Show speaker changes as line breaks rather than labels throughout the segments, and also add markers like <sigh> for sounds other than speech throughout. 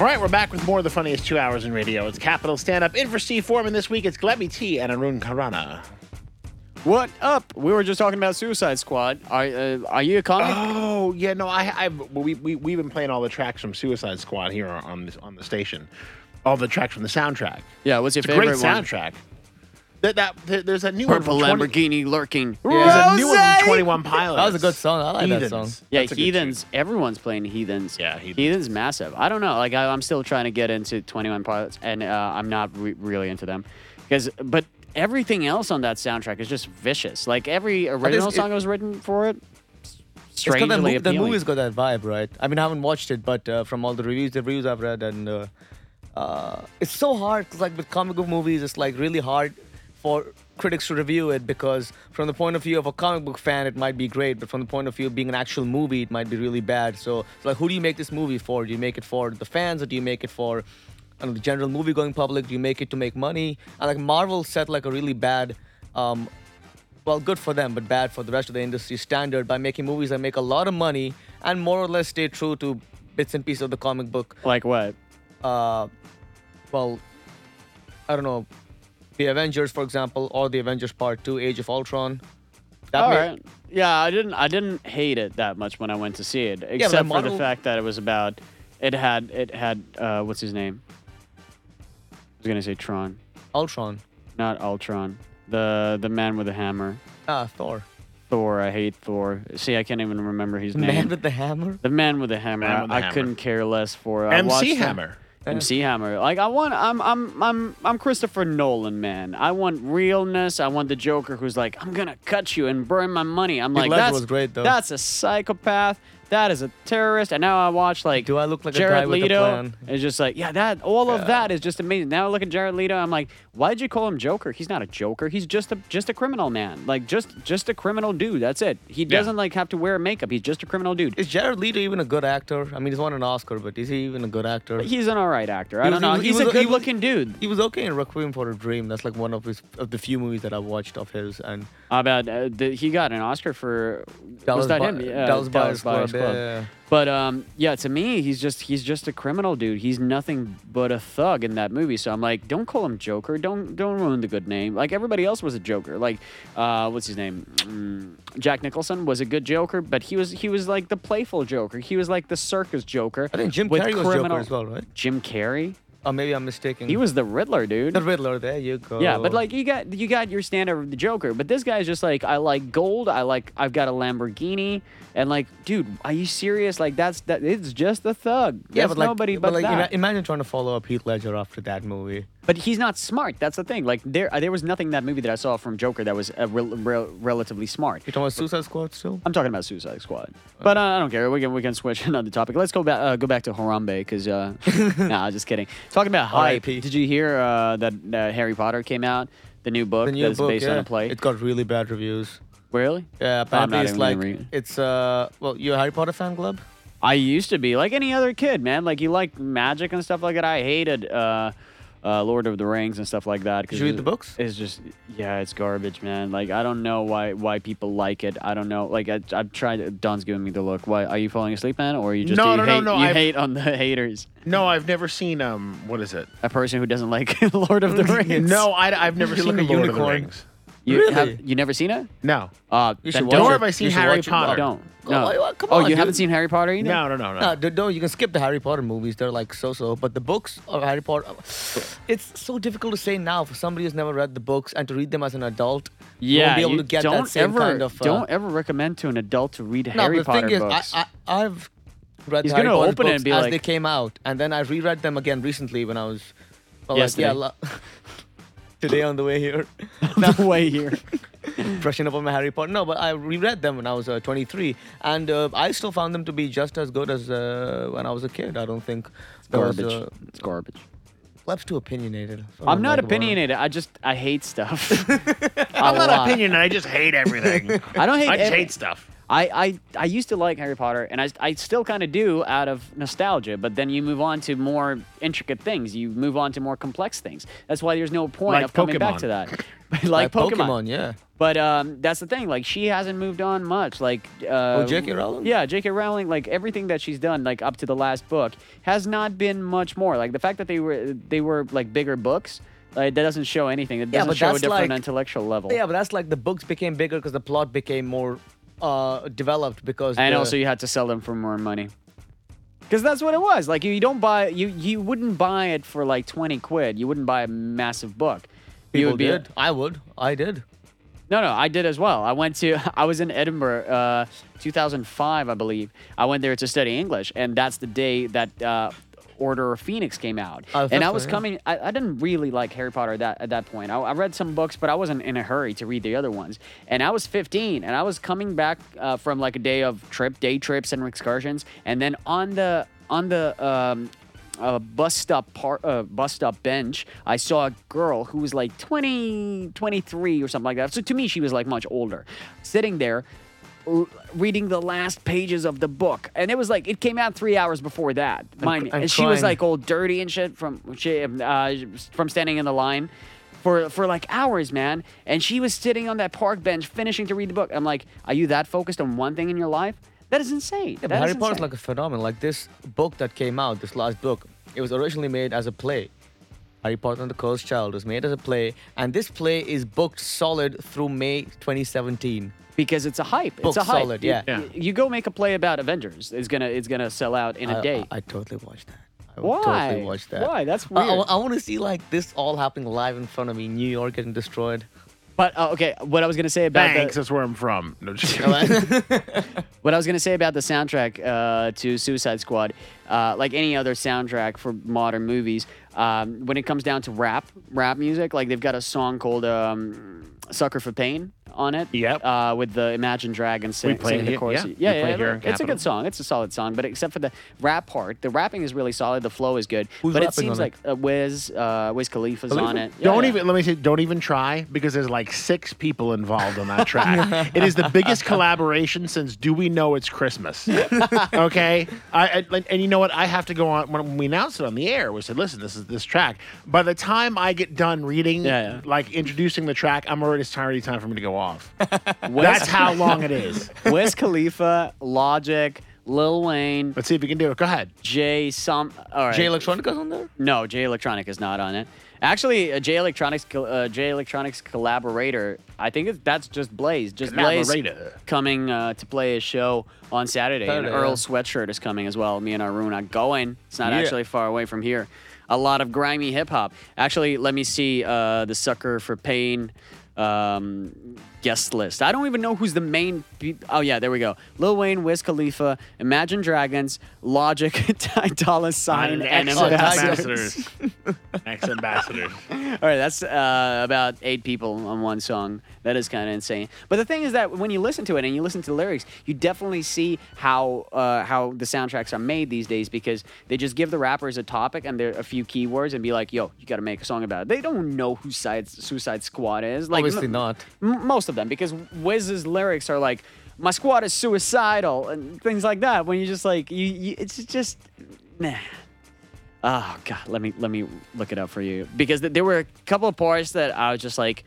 All right, we're back with more of the funniest two hours in radio. It's Capital Stand Up. In for Steve Foreman this week, it's Glebby T and Arun Karana.
What up? We were just talking about Suicide Squad. Are uh, are you a comic?
<gasps> Oh yeah, no, I, I've well, we we we've been playing all the tracks from Suicide Squad here on this on the station, all the tracks from the soundtrack.
yeah, what's your
It's a
favorite
great
one?
soundtrack. That, that there- there's a new
Purple
one from 20
Lamborghini lurking.
There's a new one
Rosé!
from Twenty One Pilots.
That was a good song. I like that
Heathens.
song.
Yeah,
That's a good
heathens. Everyone's playing heathens.
Yeah, Heathens.
massive. I don't know. Like I, I'm still trying to get into Twenty One Pilots, and uh, I'm not re- really into them because. But everything else on that soundtrack is just vicious. Like every original
it-
song that was written for it,
It's got
strangely
that mo- the
appealing.
movie's got that vibe, right? I mean, I haven't watched it, but uh, from all the reviews, the reviews I've read, and uh, uh, it's so hard. 'cause, like with comic book movies, it's like really hard for critics to review it because from the point of view of a comic book fan, it might be great, but from the point of view of being an actual movie, it might be really bad. So, it's like, who do you make this movie for? Do you make it for the fans, or do you make it for I don't know, the general movie-going public? Do you make it to make money? And like Marvel set like a really bad. Um, well, good for them, but bad for the rest of the industry standard by making movies that make a lot of money and more or less stay true to bits and pieces of the comic book.
like what?
Uh, well, I don't know, the Avengers, for example, or the Avengers Part Two, Age of Ultron. That
All
made-
right. Yeah, I didn't. I didn't hate it that much when I went to see it, except for the
Marvel-
fact that it was about. It had. It had. Uh, what's his name? I was gonna say Tron,
Ultron.
not Ultron. The the man with the hammer.
Ah, Thor.
Thor. I hate Thor. See, I can't even remember his
The
name.
man with the hammer.
the man with the hammer.
Man with the
I, I
hammer.
couldn't care less for. it. I watched
MC
it.
Hammer.
MC Hammer. Like I want I'm I'm I'm I'm Christopher Nolan, man. I want realness. I want the Joker who's like, I'm gonna cut you and burn my money. I'm like
Ledger
that's
was great, though.
That's a psychopath. That is a terrorist. And now I watch like
Do I look like a
Jared
guy with a
Leto?
plan?
It's just like, yeah, that all of that is just amazing. Now I look at Jared Leto, I'm like, why'd you call him Joker? He's not a Joker. He's just a just a criminal man. Like just just a criminal dude. That's it. He doesn't like have to wear makeup. He's just a criminal dude.
Is Jared Leto even a good actor? I mean, he's won an Oscar, but is he even a good actor?
He's an alright actor. I
He
don't
was-
know.
he
He's
was- he
a
was-
good looking dude.
He was okay in Requiem for a Dream. That's like one of his of the few movies that I've watched of his, and
How about uh, the, he got an Oscar for
Dallas
was that
Bu-
him? Yeah,
Dallas Buyers
Buyers
Club, yeah, yeah.
But um, yeah, to me, he's just he's just a criminal dude. He's nothing but a thug in that movie. So I'm like, don't call him Joker. Don't don't ruin the good name. Like everybody else was a Joker. Like uh, what's his name? Mm, Jack Nicholson was a good Joker, but he was he was like the playful Joker. He was like the circus Joker.
I think Jim
with
Carrey was Joker as well, right?
Jim Carrey.
or maybe I'm mistaken.
He was the Riddler, dude.
the Riddler. There you go.
Yeah, but like you got you got your standard of the Joker, but this guy's just like I like gold, I like I've got a Lamborghini, and like dude, are you serious? Like that's that it's just a thug.
yeah,
That's
but like,
nobody but,
like, ima-
that.
imagine trying to follow up Heath Ledger after that movie.
but he's not smart. That's the thing. Like there uh, there was nothing in that movie that I saw from Joker that was uh, rel rel- relatively smart.
You talking about Suicide Squad still?
I'm talking about Suicide Squad, but uh, I don't care. We can we can switch <laughs> another topic. Let's go back uh, go back to Harambe because uh,
<laughs>
nah, just kidding. Talking about hype.
R.I.P..
Did you hear uh, that uh, Harry Potter came out? The new book
The new
that's
book.
based
yeah.
on a play.
It got really bad reviews.
really?
Yeah, apparently
not
it's
even gonna
like
read it.
it's uh well, you a Harry Potter fan club?
I used to be like any other kid, man. Like you like magic and stuff like that. I hated uh, uh, Lord of the Rings and stuff like that. 'cause
you read the
it-
books?
It's just yeah, it's garbage, man. Like I don't know why why people like it. I don't know. Like I, I've tried. Don's giving me the look. Why are you falling asleep, man? Or are you just
No,
you
no, no,
hate,
no,
You
I've-
hate on the <laughs> haters.
No, I've never seen um. What is it?
A person who doesn't like <laughs> Lord of the
Mm,
Rings.
No, I, I've never
You
seen
look
the
a
Lord of the
unicorn.
Rings.
you
Really?
have you never seen it?
No,
Uh,
You
then
should watch
don't.
nor
it.
have I seen
You should
Harry
watch it.
Potter.
Don't.
Come
No.
on, come
oh,
on,
you haven't
dude.
seen Harry Potter either?
no, no, no, no.
No, dude, no, you can skip the Harry Potter movies. They're like so-so, but the books of Harry Potter, <sighs> it's so difficult to say now for somebody who's never read the books and to read them as an adult. you
Yeah,
won't be able
you
to get
don't
that same
ever,
kind of. uh,
don't ever recommend to an adult to read
No,
Harry
the
Potter
thing
books. <laughs>
is, I, I, I've read
He's
the Harry
gonna
Potter
open it
books
and be
as
like-
they came out, and then I reread them again recently when I was. Well,
Yesterday.
Like, yeah, la- <laughs> today on the way here, <laughs>
no way here.
brushing up on my Harry Potter. No, but I reread them when I was uh, 23, and uh, I still found them to be just as good as uh, when I was a kid. I don't think there was,
garbage.
uh,
it's garbage.
Plebs too opinionated. That's what
I'm
I
not
like about it.
opinionated. I just I hate stuff.
I'm
<laughs>
A
not
lot. <laughs>
opinionated. I just hate everything.
I don't <laughs> hate.
I just
every-
hate stuff.
I, I, I used to like Harry Potter, and I, I still kind of do out of nostalgia, but then you move on to more intricate things. You move on to more complex things. That's why there's no point
Like
of coming back
Pokemon.
to
<laughs>
that. <laughs> like
Like Pokemon, yeah.
But um, that's the thing. Like she hasn't moved on much. Like uh,
Oh, J.K. Rowling?
Yeah, J.K. Rowling. Like everything that she's done, like up to the last book, has not been much more. Like the fact that they were they were like bigger books, like that doesn't show anything. It
Yeah,
doesn't
but
show a
that's
different
like-
intellectual level.
Yeah, but that's like the books became bigger because the plot became more uh, developed because.
and
the-
also you had to sell them for more money. Because that's what it was. Like you, you don't buy you you wouldn't buy it for like twenty quid. You wouldn't buy a massive book. you
people
would be
did. I would. I did.
No, no, I did as well. I went to, <laughs> I was in Edinburgh, uh, 2005, I believe. I went there to study English, and that's the day that uh, Order of Phoenix came out.
Oh,
and I
that's
was
right, yeah.
coming, I, I didn't really like Harry Potter at that, at that point. I, I read some books, but I wasn't in a hurry to read the other ones. And I was 15, and I was coming back uh, from like a day of trip, day trips and excursions, and then on the, on the, um, a bus stop par- uh, bus stop bench, I saw a girl who was like 20, 23 or something like that. So to me, she was like much older, sitting there l- reading the last pages of the book. And it was like, it came out three hours before that, mind me.
I'm
And she was
crying.
like all dirty and shit from, she, uh, from standing in the line. For, for like hours, man. And she was sitting on that park bench finishing to read the book. I'm like, are you that focused on one thing in your life? That is insane.
Yeah,
That
but
is
Harry Potter's
insane.
like a phenomenon. Like this book that came out, this last book, it was originally made as a play. Harry Potter and the Cursed Child was made as a play, and this play is booked solid through May 2017.
because it's a hype.
Book
it's a hype.
solid, yeah.
You,
Yeah.
you go make a play about Avengers. It's gonna it's gonna sell out in a
I-
day.
I, I totally watched that. I would
Why?
totally watch that.
Why? That's
I-
weird.
I, want to see like this all happening live in front of me. New York getting destroyed.
but uh, okay, what I was gonna say about
Thanks.
the, Oh,
That's where I'm from. No, just
what I was gonna say about the soundtrack uh, to Suicide Squad, uh, like any other soundtrack for modern movies, um, when it comes down to rap rap music, like they've got a song called um, "Sucker for Pain" on it.
Yep.
Uh, with the Imagine Dragons sing,
We play it
singing the
here-
chorus.
yeah,
yeah,
we play
yeah,
it here in
it's a
Capitol.
good song. It's a solid song, but except for the rap part, the rapping is really solid. The flow is good,
Who's
but it
rapping
seems
on it?
like uh, Wiz uh, Wiz Khalifa's
<laughs>
on it. Yeah,
don't
yeah.
even let me say don't even try because there's like six people involved on that
<laughs>
track. it is the biggest collaboration since Do We Know It's
<laughs>
Christmas? okay, I, I- like, and you know what? I have to go on when we announced it on the air. We said, listen, this is this track. By the time I get done reading,
Yeah, yeah.
like introducing the track, I'm already it's already time for me to go off.
<laughs> Wiz-
That's
<laughs>
how long it is.
Wiz Khalifa, Logic, Lil Wayne,
Let's see if you can do it. Go ahead.
Jay some. All right.
Jay Electronica's on there.
No, Jay Electronic is not on it. Actually, uh, Jay Electronics, co- uh, Jay Electronics collaborator. I think it's, that's just Blaze. Just Blaze
Collaborator.
coming uh, to play a show on Saturday.
Saturday,
and Earl
yeah.
Sweatshirt is coming as well. Me and Arun are going. It's not
Yeah.
actually far away from here. A lot of grimy hip hop. Actually, let me see uh, the sucker for pain um, guest list. I don't even know who's the main. Pe- oh yeah, there we go. Lil Wayne, Wiz Khalifa, Imagine Dragons, Logic, <laughs> Ty Dolla Sign, and
Ex-
Ambassador.
ambassadors. Ex ambassadors.
All right, that's uh, about eight people on one song. That is kind of insane. But the thing is that when you listen to it and you listen to the lyrics, you definitely see how uh, how the soundtracks are made these days because they just give the rappers a topic and there a few keywords and be like, "Yo, you got to make a song about it." They don't know who side Suicide Squad is. Like,
Obviously
m-
not.
M- most of them because Wiz's lyrics are like, "My squad is suicidal" and things like that. When you just like you, you it's just nah. Oh god, let me let me look it up for you because th- there were a couple of parts that I was just like,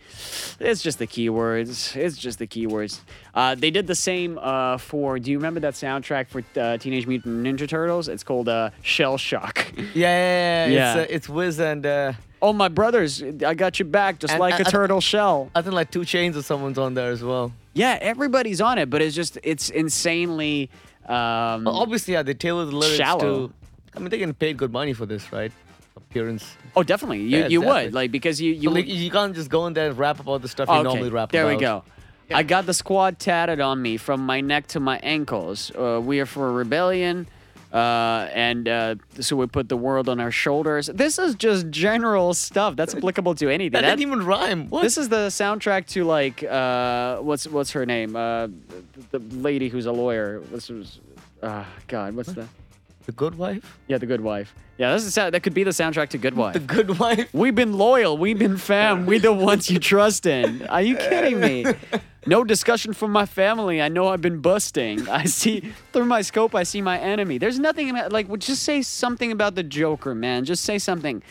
it's just the keywords, it's just the keywords. Uh, they did the same uh, for. Do you remember that soundtrack for uh, Teenage Mutant Ninja Turtles? It's called uh, Shell Shock. <laughs>
Yeah, yeah, yeah.
Yeah.
It's, uh, it's Wiz and uh,
oh my brothers, I got you back just
And
like
I-
a
I th-
turtle shell.
I think like Two Chains or someone's on there as well.
Yeah, everybody's on it, but it's just it's insanely. Um,
But <laughs> obviously, yeah, they tailor the lyrics
Shallow.
to. I mean, they're getting paid good money for this, right? Appearance.
oh, definitely, you,
Yeah,
you
exactly.
would like because you you
You, like, you can't just go in there and rap about the stuff you
okay,
normally rap
there
about.
we go. I got the squad tatted on me from my neck to my ankles. Uh, we are for rebellion, uh, and uh, so we put the world on our shoulders. This is just general stuff that's applicable to anything.
That,
That-
didn't even rhyme. What?
this is the soundtrack to like uh, what's what's her name? Uh, the, the lady who's a lawyer. This was, uh, God, what's the
the Good Wife.
Yeah, The Good Wife. Yeah, that's the sound, that could be the soundtrack to Good Wife.
The Good Wife.
we've been loyal. We've been fam. we the ones you trust in. Are you kidding me? No discussion from my family. I know I've been busting. I see through my scope. I see my enemy. There's nothing about, like. Well, just say something about the Joker, man. Just say something.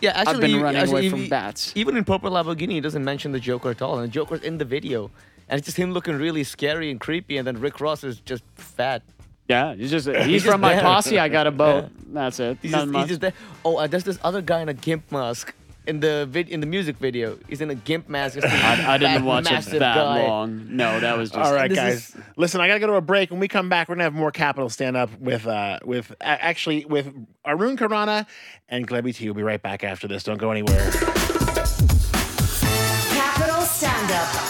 Yeah, actually,
been
you-
running
actually,
away
if
from
you-
bats.
Even in Purple Lamborghini, he doesn't mention the Joker at all, and the Joker's in the video, and it's just him looking really scary and creepy, and then Rick Ross is just fat.
Yeah, he's just he's,
He's
from
just
my
there.
posse. I got a boat. That's it.
He's
Not
just, he's
much.
just there. Oh, uh, there's this other guy in a gimp mask in the vid- in the music video. He's in a gimp mask.
<laughs>
Just
I, I didn't watch it
massive
that
guy.
long. No, that was just
<laughs> All right,
this
guys.
is-
Listen, I gotta go to a break. When we come back, we're gonna have more capital stand up with uh with a- actually with Arun Karana and Glebby T. We'll be right back after this. Don't go anywhere.
Capital Stand Up